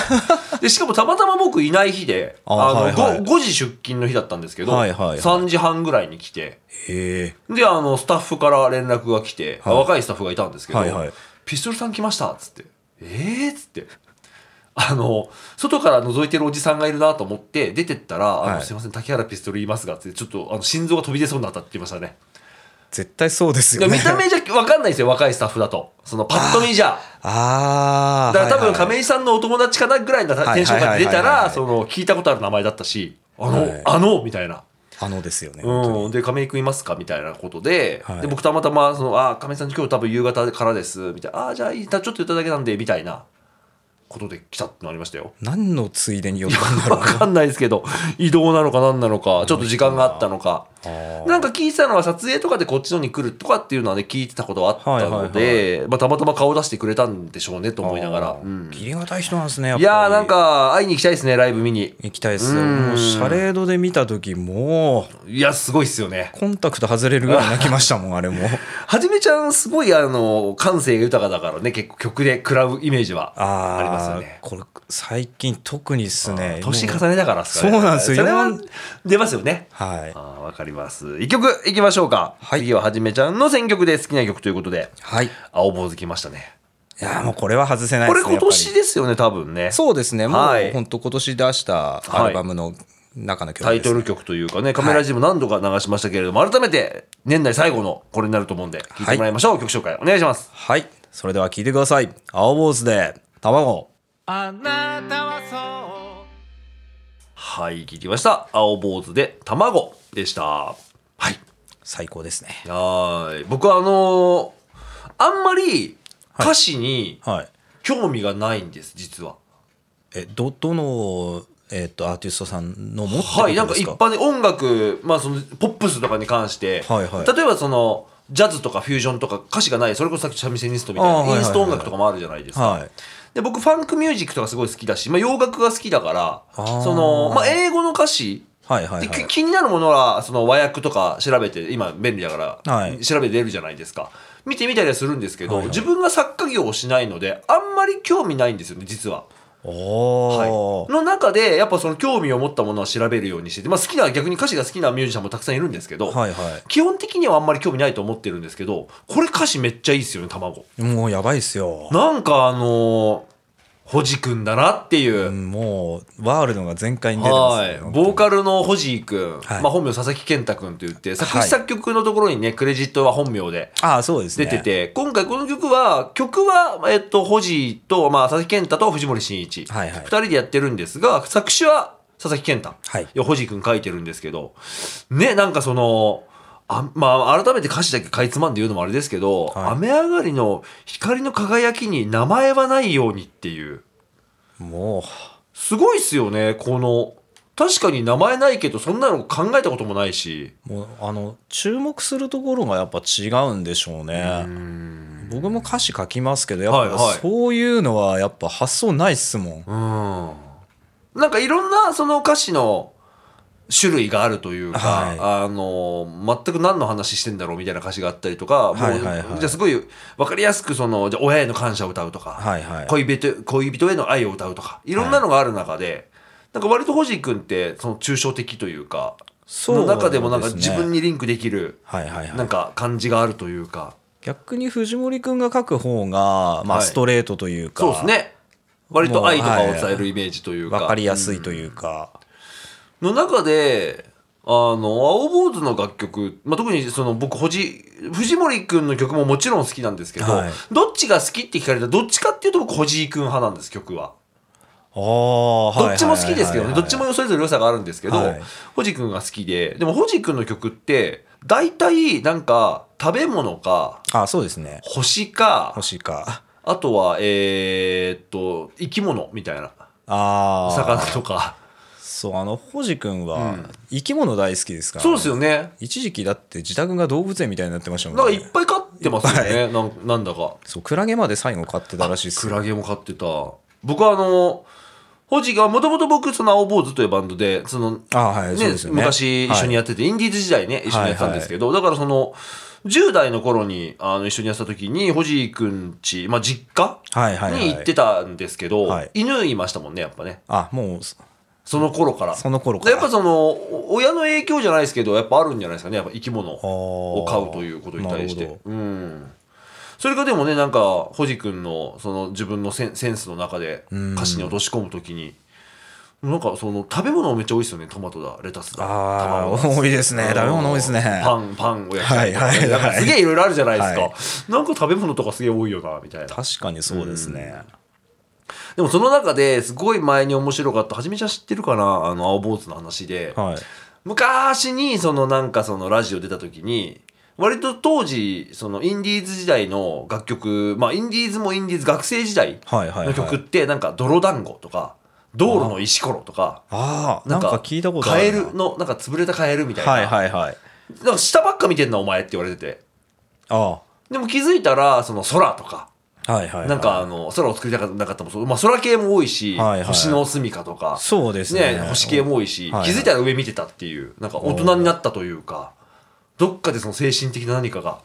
Speaker 1: でしかもたまたま僕いない日で
Speaker 2: あ
Speaker 1: あの、
Speaker 2: はいはい
Speaker 1: ご 5, 時出勤の日だったんですけど、
Speaker 2: はいはいはい
Speaker 1: 3時半ぐらいに来て
Speaker 2: へえ。
Speaker 1: であのスタッフから連絡が来て、
Speaker 2: はい
Speaker 1: 若いスタッフがいたんですけど「
Speaker 2: はいはい
Speaker 1: ピストルさん来ました」っつって「えー?」っつって。あの外から覗いてるおじさんがいるなと思って出てったら「あの
Speaker 2: はい
Speaker 1: すいません竹原ピストル言いますが」っつってちょっとあの心臓が飛び出そうになったって言いま したね
Speaker 2: 絶対そうです
Speaker 1: で
Speaker 2: よ
Speaker 1: も
Speaker 2: ね。
Speaker 1: 見た目じゃ分かんないですよ若いスタッフだとそのパッと見じゃ
Speaker 2: ああ。
Speaker 1: だから多
Speaker 2: はいは
Speaker 1: 分
Speaker 2: い
Speaker 1: 亀井さんのお友達かなぐらいのテンションが出た
Speaker 2: はいはいはいはいは
Speaker 1: ら
Speaker 2: い
Speaker 1: その聞いたことある名前だったし「あの、
Speaker 2: はい
Speaker 1: あの」みたいな。
Speaker 2: あのですよね。本当に
Speaker 1: うん、で亀井君いますかみたいなことで,、
Speaker 2: はい
Speaker 1: で僕たまたまその「あ亀井さん今日多分夕方からです」みたいな「あじゃあいいちょっと言っただけなんで」みたいなことで来たってのありましたよ。
Speaker 2: 何のついでに呼んだんだ ろ
Speaker 1: わかんないですけど移動なのか何なのかちょっと時間があったのか
Speaker 2: う。
Speaker 1: なんか聞いてたのは撮影とかでこっちのに来るとかっていうのはね聞いてたことはあったので、
Speaker 2: はい
Speaker 1: まあ、たまたま顔出してくれたんでしょうねと思いながら、うん
Speaker 2: ギリがたい人なんですね。やっぱ
Speaker 1: い
Speaker 2: り
Speaker 1: やーなん。か会いに行きたいですねライブ見に
Speaker 2: 行きたいですよ。
Speaker 1: うん
Speaker 2: もうシャレードで見た時もう
Speaker 1: いやすごいっすよね
Speaker 2: コンタクト外れるぐらい泣きましたもんあれも。
Speaker 1: はじめちゃんすごいあの感性が豊かだからね結構曲で食らうイメージは
Speaker 2: あー
Speaker 1: ありますよね
Speaker 2: これ最近特にですね。
Speaker 1: 年
Speaker 2: もう
Speaker 1: 重ねだからっすかね
Speaker 2: そうなんですよ
Speaker 1: それは
Speaker 2: 四
Speaker 1: 出ますよね
Speaker 2: はい
Speaker 1: あーわかります一曲いきましょうか、
Speaker 2: はい
Speaker 1: 次ははじめちゃんの選曲で好きな曲ということで
Speaker 2: はい。い
Speaker 1: 青坊主きましたね
Speaker 2: やーもうこれは外せない
Speaker 1: こ
Speaker 2: で
Speaker 1: れ
Speaker 2: す
Speaker 1: 今
Speaker 2: ね。や
Speaker 1: 年
Speaker 2: っぱ
Speaker 1: ですよね多分ね
Speaker 2: りそうですね。も
Speaker 1: はいう
Speaker 2: 本当今年出したアルバムの中の曲です
Speaker 1: タ
Speaker 2: ね。
Speaker 1: イトル曲というかね、カメラジム何度か流しましたけれども、改めて年内最後のこれになると思うんで、聞いてもらいましょう。曲紹介お願いします。
Speaker 2: はい。それでは聞いてください。青坊主で卵。
Speaker 3: あなたはそう
Speaker 1: はい、聞きました。青坊主で卵でした。はい。
Speaker 2: 最高ですね。
Speaker 1: はーい。僕はあのーあんまり歌詞に
Speaker 2: はい。
Speaker 1: 興味がないんです、実は。
Speaker 2: えどどのえっ、とアーティストさんのもってこと
Speaker 1: はい、なんか
Speaker 2: です
Speaker 1: 一般に音楽、まあそのポップスとかに関して、
Speaker 2: はいはい
Speaker 1: 例えばその、ジャズとかフュージョンとか歌詞がない、それこそさっき三味線ニストみた
Speaker 2: あーはいいは
Speaker 1: ないイ
Speaker 2: はい
Speaker 1: ンスト音楽とかもあるじゃないですか。
Speaker 2: はい。
Speaker 1: で僕ファンクミュージックとかすごい好きだし、まあ、洋楽が好きだから
Speaker 2: あー
Speaker 1: その、まあ、英語の歌詞
Speaker 2: はいはい
Speaker 1: で
Speaker 2: はい
Speaker 1: き。気になるものはその和訳とか調べて今便利だから、
Speaker 2: はい
Speaker 1: 調べて出るじゃないですか見てみたりはするんですけど、
Speaker 2: はいはい
Speaker 1: 自分が作家業をしないのであんまり興味ないんですよね実は、
Speaker 2: お
Speaker 1: はい、
Speaker 2: ー
Speaker 1: の中でやっぱその興味を持ったものは調べるようにしてて、まあ、好きな逆に歌詞が好きなミュージシャンもたくさんいるんですけど、
Speaker 2: はいは
Speaker 1: 基本的にはあんまり興味ないと思ってるんですけどこれ歌詞めっちゃいいですよね卵
Speaker 2: い。もうやばいっすよ。
Speaker 1: なんかあのー、ほじくんだなっていう、
Speaker 2: うんもうワールドが全開に出てます、
Speaker 1: は
Speaker 2: ね。
Speaker 1: い、
Speaker 2: 本当に
Speaker 1: ボーカルのホジー君、
Speaker 2: はい
Speaker 1: まあ、本名佐々木健太君と言って作詞
Speaker 2: はい
Speaker 1: 作曲のところにねクレジットは本名で
Speaker 2: ああそうですね。
Speaker 1: 出てて、今回この曲は曲は、えっと、ホジーと、まあ、佐々木健太と藤森慎一、二
Speaker 2: はいはい
Speaker 1: 2人でやってるんですが作詞は佐々木健太、
Speaker 2: はい
Speaker 1: やホジー君書いてるんですけどねなんかその。あまあ、改めて歌詞だけかいつまんで言うのもあれですけど「
Speaker 2: はい
Speaker 1: 雨上がりの光の輝きに名前はないように」っていう
Speaker 2: も
Speaker 1: すごいっすよね、この。確かに名前ないけど、そんなの考えたこともないし。
Speaker 2: うもうあの注目するところがやっぱ違うんでしょうね。僕も歌詞書きますけどやっ
Speaker 1: はいは
Speaker 2: ぱ
Speaker 1: い
Speaker 2: そういうのはやっぱ発想ないっすもん。
Speaker 1: うん。なんかいろんなその歌詞の種類があるというか、
Speaker 2: はい
Speaker 1: あの、全く何の話してんだろうみたいな歌詞があったりとか、もう
Speaker 2: はいはいはい
Speaker 1: じゃあすごいわかりやすくその、じゃあ親への感謝を歌うとか、
Speaker 2: はいはい
Speaker 1: 恋人、恋人への愛を歌うとか、いろんなのがある中で、なんか割と星君ってその抽象的というか
Speaker 2: そうです
Speaker 1: の
Speaker 2: ね
Speaker 1: 中でもなんか自分にリンクできる
Speaker 2: はいはいは
Speaker 1: ないんか感じがあるというか、
Speaker 2: 逆に藤森くんが書く方が、
Speaker 1: は
Speaker 2: まあ、
Speaker 1: い
Speaker 2: ストレートというか、
Speaker 1: そうですね割と愛とかを伝えるイメージというか
Speaker 2: 分かりやすいというか、
Speaker 1: の中であの青坊主の楽曲、まあ、特にその僕藤藤森くんの曲ももちろん好きなんですけど、
Speaker 2: はい
Speaker 1: どっちが好きって聞かれたらどっちかっていうと僕藤井くん派なんです曲は。
Speaker 2: あーはい
Speaker 1: どっちも好きですけどね、どっち
Speaker 2: はい
Speaker 1: もそれぞれ良さがあるんですけど、
Speaker 2: はい
Speaker 1: ホジ君が好きで、でもホジ君の曲って、大体なんか食べ物か、
Speaker 2: はいあそうですね
Speaker 1: 星か、
Speaker 2: 星か
Speaker 1: あとは、えーっと、生き物みたいな。
Speaker 2: ああ
Speaker 1: 魚とか。
Speaker 2: そうあの星くんは生き物大好きですから、
Speaker 1: そうですよね。
Speaker 2: 一時期だって自宅が動物園みたいになってました
Speaker 1: なん
Speaker 2: も
Speaker 1: か
Speaker 2: ん
Speaker 1: い
Speaker 2: ね
Speaker 1: っぱい飼ってますよね、なんなんだか。
Speaker 2: そうクラゲまで最後買ってたらしいっす
Speaker 1: クラゲも飼ってた。僕はあの、ホジが、もともと僕、その青坊主というバンドで、その、
Speaker 2: ああはい、そう
Speaker 1: ね
Speaker 2: ですよね
Speaker 1: 昔一緒にやってて、インディーズ時代ね一緒にやってたんですけど、だからその10代の頃にあの一緒にやってた時に藤井くんち、まあ、実家
Speaker 2: はいはいはい
Speaker 1: に行ってたんですけど、
Speaker 2: はい
Speaker 1: 犬いましたもんねやっぱね
Speaker 2: あもうそ
Speaker 1: その頃から
Speaker 2: その頃から
Speaker 1: やっぱそのお親の影響じゃないですけどやっぱあるんじゃないですかねやっぱ生き物を
Speaker 2: あー
Speaker 1: 飼うということに対し
Speaker 2: なる
Speaker 1: て
Speaker 2: ほ
Speaker 1: うんそれがでもねなんか堀君のその自分のセンセンスの中で歌詞に落とし込むときになんかその食べ物めっちゃ多いですよねトマトだレタスだ
Speaker 2: あー
Speaker 1: 卵だ
Speaker 2: 多いですね
Speaker 1: うん
Speaker 2: 食べ物多いですね
Speaker 1: パンパンおやきとかね
Speaker 2: はいはいはい
Speaker 1: なんかすげえいろいろあるじゃないですか、
Speaker 2: はい
Speaker 1: なんか食べ物とかすげえ多いよなみたいな
Speaker 2: 確かにそうですね、
Speaker 1: でもその中ですごい前に面白かったはじめちゃん知ってるかなあの青坊主の話で、
Speaker 2: はい
Speaker 1: 昔にそのなんかそのラジオ出た時に割と当時そのインディーズ時代の楽曲まあインディーズもインディーズ学生時代
Speaker 2: はいはいは
Speaker 1: の
Speaker 2: い
Speaker 1: 曲ってなんか「泥団子」とか「道路の石ころ」とか
Speaker 2: ああなんか聞いたことあ
Speaker 1: カエ
Speaker 2: るな
Speaker 1: ルのなんか潰れたカエルみたいな,、
Speaker 2: はいはいはい
Speaker 1: なんか下ばっか見てんなお前って言われてて
Speaker 2: あ
Speaker 1: でも気づいたらその空とか
Speaker 2: あはいはいはい
Speaker 1: なんかあの空を作りたかったもそう、まあ、空系も多いし、
Speaker 2: はいはい
Speaker 1: 星の住みかとか
Speaker 2: そうですね
Speaker 1: ね星系も多いし、
Speaker 2: はいはい
Speaker 1: 気づいたら上見てたっていうなんか大人になったというかどっかでその精神的な何かが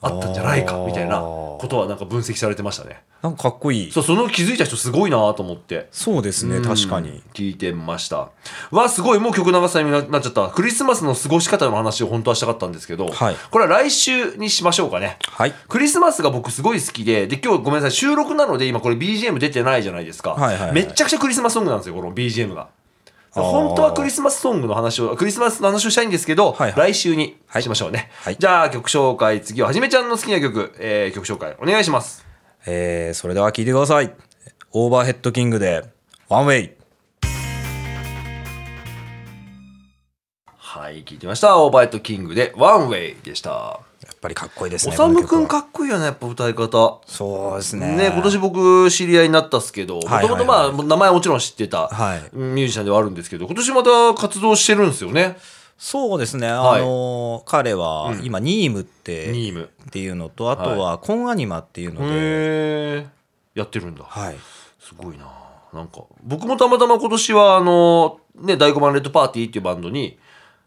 Speaker 1: あったんじゃないか
Speaker 2: おー
Speaker 1: みたいなことはなんか分析されてましたね
Speaker 2: なんかかっこいい
Speaker 1: そうその気づいた人すごいなと思って
Speaker 2: そうですね確か
Speaker 1: うん
Speaker 2: に
Speaker 1: 聞いてましたわすごいもう曲流すタイミングになっちゃったクリスマスの過ごし方の話を本当はしたかったんですけど、
Speaker 2: はい
Speaker 1: これは来週にしましょうかね
Speaker 2: はい
Speaker 1: クリスマスが僕すごい好きで、で、今日ごめんなさい、収録なので今これ BGM 出てないじゃないですか。
Speaker 2: はいはいはい
Speaker 1: めっちゃくちゃクリスマスソングなんですよ、この BGM が。
Speaker 2: あー
Speaker 1: 本当はクリスマスソングの話を、クリスマスの話をしたいんですけど、
Speaker 2: はいはい
Speaker 1: 来週にしましょうね。
Speaker 2: はい
Speaker 1: じゃあ曲紹介、次ははじめちゃんの好きな曲、えー曲紹介お願いします。
Speaker 2: えーそれでは聞いてくださいオーバーヘッドキングでワンウェイ
Speaker 1: はい、聞いてみました。オーバーエットキングでワンウェイでした。
Speaker 2: やっぱりかっこいいです
Speaker 1: お
Speaker 2: ね
Speaker 1: さむ
Speaker 2: こ
Speaker 1: く
Speaker 2: の
Speaker 1: ん
Speaker 2: 曲は
Speaker 1: かっこいいよね、やっぱ歌い方。
Speaker 2: そうですね
Speaker 1: ね、今年僕知り合いになったっすけど、も
Speaker 2: はいはい
Speaker 1: ともとまあ、名前はもちろん知ってた、
Speaker 2: はい
Speaker 1: ミュージシャンではあるんですけど、今年また活動してるんですよね。
Speaker 2: そうですね、
Speaker 1: はい
Speaker 2: あの彼は今、ニームって
Speaker 1: ニーム
Speaker 2: っていうのとあとはコンアニマっていうので、
Speaker 1: へえ。やってるんだ。
Speaker 2: はい、
Speaker 1: すごいな。なんか、僕もたまたま今年は、あの、ね、大五番レッドパーティーっていうバンドに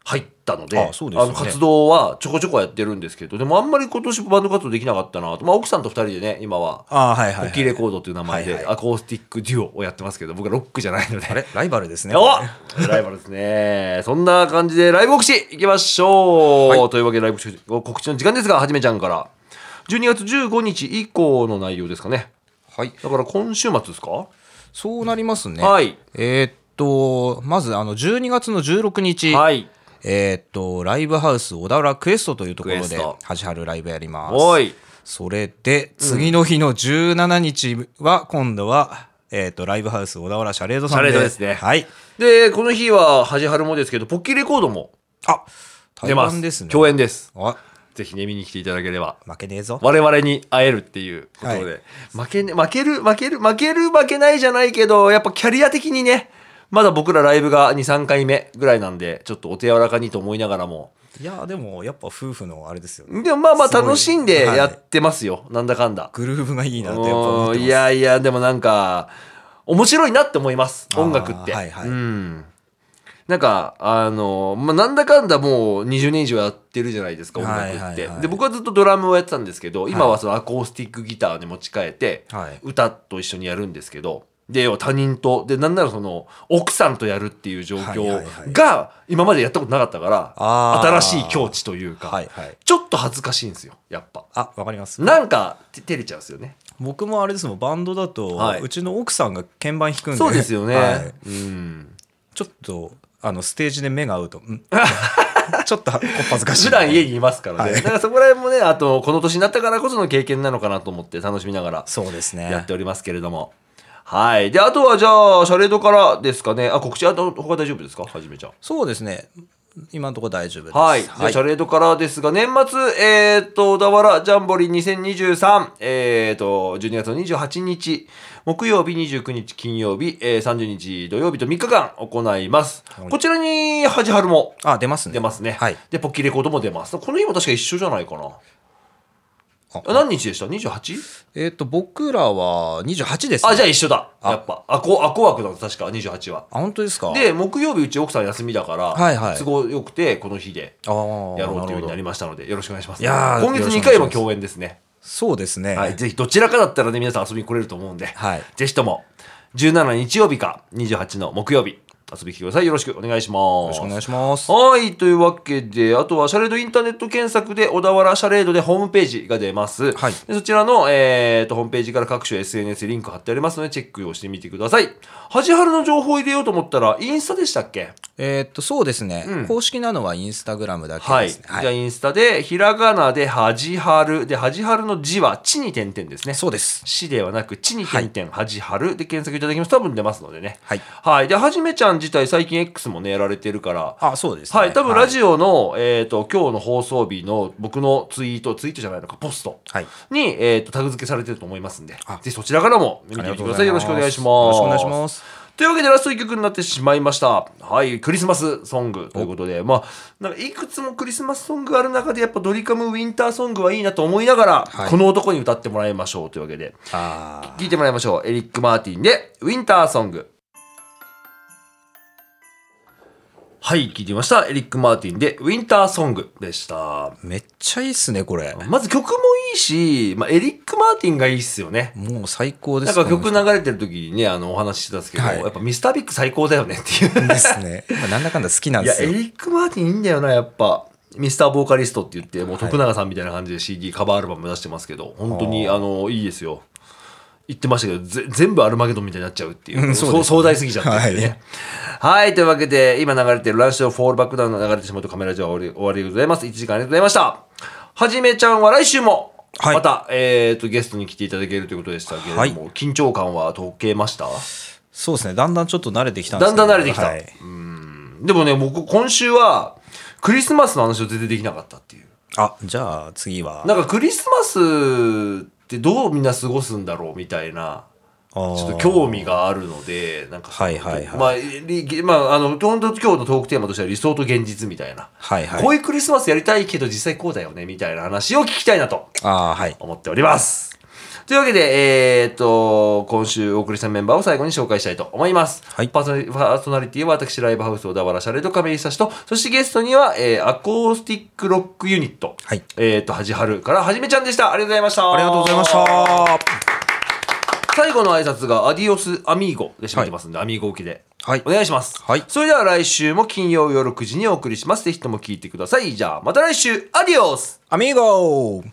Speaker 1: 入ったので、
Speaker 2: あそうですよね
Speaker 1: の活動はちょこちょこやってるんですけど、でもあんまり今年バンド活動できなかったなと。まあ、奥さんと二人でね、今は。
Speaker 2: ああはいはい、
Speaker 1: コ
Speaker 2: はい、
Speaker 1: ッキーレコードっていう名前
Speaker 2: はい
Speaker 1: で
Speaker 2: はい
Speaker 1: アコースティックデュオをやってますけど、僕はロックじゃないので。
Speaker 2: あれライバルですね
Speaker 1: おライバルですね。そんな感じでライブ告知いきましょう、というわけでライブ告知の時間ですが、はじめちゃんから。12月15日以降の内容ですかね。
Speaker 2: はい
Speaker 1: だから今週末ですか
Speaker 2: そうなりますね
Speaker 1: はい
Speaker 2: えーっとまずあの12月の16日、
Speaker 1: はい。
Speaker 2: えーっとライブハウス小田原クエストというところ
Speaker 1: クエス
Speaker 2: で
Speaker 1: ト
Speaker 2: はじはるライブやります
Speaker 1: おい。
Speaker 2: それで次の日の17日は今度は、えーっとライブハウス小田原シャレードさん
Speaker 1: シャレードですね
Speaker 2: はい
Speaker 1: で、この日は、はじはるもですけど、ポッキーレコードも
Speaker 2: あ
Speaker 1: 出
Speaker 2: 台
Speaker 1: ます。
Speaker 2: 湾ですね
Speaker 1: 共演です。
Speaker 2: あ
Speaker 1: ぜひね、見に来ていただければ。
Speaker 2: 負けねえぞ
Speaker 1: 我々に会えるっていうことで、
Speaker 2: はい
Speaker 1: 負けね、負ける、負ける、負ける、負けないじゃないけど、やっぱキャリア的にね、まだ僕らライブが2、3回目ぐらいなんで、ちょっとお手柔らかにと思いながらも、
Speaker 2: いやでもやっぱ夫婦のあれですよね
Speaker 1: でもまあまあ
Speaker 2: すごい
Speaker 1: 楽しんでやってますよ、なんだかんだ。
Speaker 2: グルーブがいいなってやっぱ思っ
Speaker 1: うん
Speaker 2: てます
Speaker 1: いやいや、でもなんか、面白いなって思います、音楽って。
Speaker 2: あーはいはい
Speaker 1: うんなんか、あの、まあ、なんだかんだもう20年以上やってるじゃないですか、音楽って。
Speaker 2: はいはいはい
Speaker 1: で、僕はずっとドラムをやってたんですけど、今はそのアコースティックギターに持ち替えて、
Speaker 2: はい
Speaker 1: 歌と一緒にやるんですけど、で要は他人とでなんならその奥さんとやるっていう状
Speaker 2: はいはいは
Speaker 1: 況
Speaker 2: い
Speaker 1: が今までやったことなかったから、
Speaker 2: あー
Speaker 1: 新しい境地というか、
Speaker 2: はいはい
Speaker 1: ちょっと恥ずかしいんですよやっぱ
Speaker 2: あわかります
Speaker 1: なんかて照れちゃうんですよね
Speaker 2: 僕もあれですもんバンドだと、
Speaker 1: はいう
Speaker 2: ちの奥さんが鍵盤弾くんで
Speaker 1: そうですよね、
Speaker 2: はい
Speaker 1: うん
Speaker 2: ちょっとあのステージで目が合うと うんちょっとこっ恥ずかしい
Speaker 1: 普段家にいますからね、
Speaker 2: はい
Speaker 1: だからそこら辺もねあとこの年になったからこその経験なのかなと思って楽しみながら
Speaker 2: そうですね
Speaker 1: やっておりますけれどもはいであとはじゃあシャレードからですかねあ告知あと他大丈夫ですかはじめちゃん
Speaker 2: そうですね今のところ大丈夫です
Speaker 1: はい。じゃあ、チャレードからですが、年末、えーっと、小田原ジャンボリー2023、えーっと、12月の28日、木曜日、29日、金曜日、えー、30日、土曜日と3日間行います。
Speaker 2: い
Speaker 1: こちらに、はじはるも
Speaker 2: あ出ますね
Speaker 1: 出ますね。
Speaker 2: はい
Speaker 1: で、ポッキーレコードも出ます。この日も確か一緒じゃないかな。
Speaker 2: あ
Speaker 1: あ何日でした ?28?
Speaker 2: えっ、と僕らは28です、ね、
Speaker 1: あ、じゃ
Speaker 2: ゃ
Speaker 1: あ一緒だ。やっぱ。あ、こ、あこ枠なんです、確か、28は。
Speaker 2: あ本当ですか
Speaker 1: で、木曜日、うち奥さん休みだから、
Speaker 2: はいはい
Speaker 1: 都合よくて、この日で。
Speaker 2: あー
Speaker 1: やろうというようにな
Speaker 2: るほど
Speaker 1: りましたので、よろしくお願いします。
Speaker 2: いやー
Speaker 1: 今月2回も共演ですね。
Speaker 2: そうですね
Speaker 1: はい、ぜひどちらかだったらね、皆さん遊びに来れると思うんで、
Speaker 2: はい
Speaker 1: ぜひとも、17日曜日か28の木曜日、遊びに来てください。よろしくお願いし
Speaker 2: よ
Speaker 1: ま
Speaker 2: ろし
Speaker 1: す。
Speaker 2: くお願いします
Speaker 1: はい、というわけで、あとはシャレードインターネット検索で、小田原シャレードでホームページが出ます。
Speaker 2: はい
Speaker 1: でそちらの、えー、とホームページから各種 SNS リンク貼ってありますので、チェックをしてみてください。はじはるの情報を入れようと思ったら、インスタでしたっけ
Speaker 2: えっとそうですね、
Speaker 1: うん
Speaker 2: 公式なのはインスタグラムだけ
Speaker 1: はい。
Speaker 2: です
Speaker 1: じ
Speaker 2: ね、
Speaker 1: ゃあ、インスタで、ひらがなで、はじはる。で、はじはるの字は、ちに点々ですね。
Speaker 2: そうです
Speaker 1: 市ではなく、ちに点々、はじはるで検索いただきますと多分出ますのでね。
Speaker 2: はい
Speaker 1: はい。で、はじめちゃん自体、最近 X もね、やられてるから、
Speaker 2: あそうですね
Speaker 1: はい。多分、ラジオの、えっ、と、今日の放送日の僕のツイート、ツイートじゃないのか、ポスト。
Speaker 2: はい
Speaker 1: に、えっとタグ付けされてると思いますんで
Speaker 2: あ
Speaker 1: ぜひそちらからも見て
Speaker 2: あり
Speaker 1: み
Speaker 2: が
Speaker 1: て
Speaker 2: と
Speaker 1: くだ
Speaker 2: うご
Speaker 1: さ
Speaker 2: ざ
Speaker 1: い
Speaker 2: い
Speaker 1: よろ
Speaker 2: ま
Speaker 1: し
Speaker 2: す
Speaker 1: くお願いします
Speaker 2: よろしくお願いします
Speaker 1: というわけでラスト1曲になってしまいましたはいクリスマスソングということでまあなんかいくつもクリスマスソングある中でやっぱドリカムウィンターソングはいいなと思いながら、
Speaker 2: はい
Speaker 1: この男に歌ってもらいましょうというわけで
Speaker 2: あ
Speaker 1: 聴いてもらいましょうエリック・マーティンで「ウィンターソング」はい聴いてみましたエリック・マーティンで「ウィンターソング」でした
Speaker 2: ーめっちゃいいっすねこれ
Speaker 1: まず曲もいいし、まあ、エリック・マーティンがいいっすよね
Speaker 2: もう最高で
Speaker 1: なん
Speaker 2: す
Speaker 1: か曲流れてる時にねあのお話ししてたんですけど、
Speaker 2: はい
Speaker 1: やっぱミスタービッグ最高だよねっていう
Speaker 2: ですねまあなんだかんだ好きなん
Speaker 1: い
Speaker 2: で
Speaker 1: や
Speaker 2: す
Speaker 1: エ
Speaker 2: よ
Speaker 1: リック・マーティンいいんだよなやっぱミスターボーカリストって言ってもう徳永さんみたいな感じで CD カバーアルバム出してますけど本当にあのいいですよ言ってましたけどぜ全部アルマゲドンみたいになっちゃうっていう,、
Speaker 2: うんそうですね
Speaker 1: 壮大すぎちゃってねはい、というわけで今流れてる「ランショーフォールバックダウン」が流れてしまうとカメラ上は終わり終わりでございます1時間ありがとうございましたはじめちゃんは来週も
Speaker 2: はい
Speaker 1: また、えー、とゲストに来ていただけるということでしたけれども、
Speaker 2: はい
Speaker 1: 緊張感は解けました
Speaker 2: そうですねだんだんちょっと慣れてきたんです
Speaker 1: だん
Speaker 2: け
Speaker 1: だ
Speaker 2: ど
Speaker 1: ん慣れてきた、
Speaker 2: はい
Speaker 1: うんでもね僕今週はクリスマスの話を全然できなかったっていう
Speaker 2: あじゃあ次は
Speaker 1: なんかクリスマスってどうみんな過ごすんだろうみたいな
Speaker 2: ちょ
Speaker 1: ちょっと興味があるのでなんかその
Speaker 2: はいはいはい
Speaker 1: まありまああの本当今日のトークテーマとしては理想と現実みたいな、
Speaker 2: はいはい
Speaker 1: こういうクリスマスやりたいけど実際こうだよねみたいな話を聞きたいなと
Speaker 2: ああはい
Speaker 1: 思っております。というわけで、えーっと、今週お送りしたメンバーを最後に紹介したいと思います。
Speaker 2: はい
Speaker 1: パーソナリパーソナリティは私、ライブハウス小田原シャレと亀井久志と、そしてゲストには、えーアコースティックロックユニット、
Speaker 2: はい
Speaker 1: えーっと、はじはるからはじめちゃんでした。ありがとうございました。
Speaker 2: ありがとうございました
Speaker 1: 最後の挨拶がアディオスアミーゴで締めてますんで、アミーゴ受けで。
Speaker 2: はい
Speaker 1: お願いします。
Speaker 2: はい
Speaker 1: それでは来週も金曜夜9時にお送りします。ぜひとも聞いてください。じゃあ、また来週、アディオス
Speaker 2: アミーゴー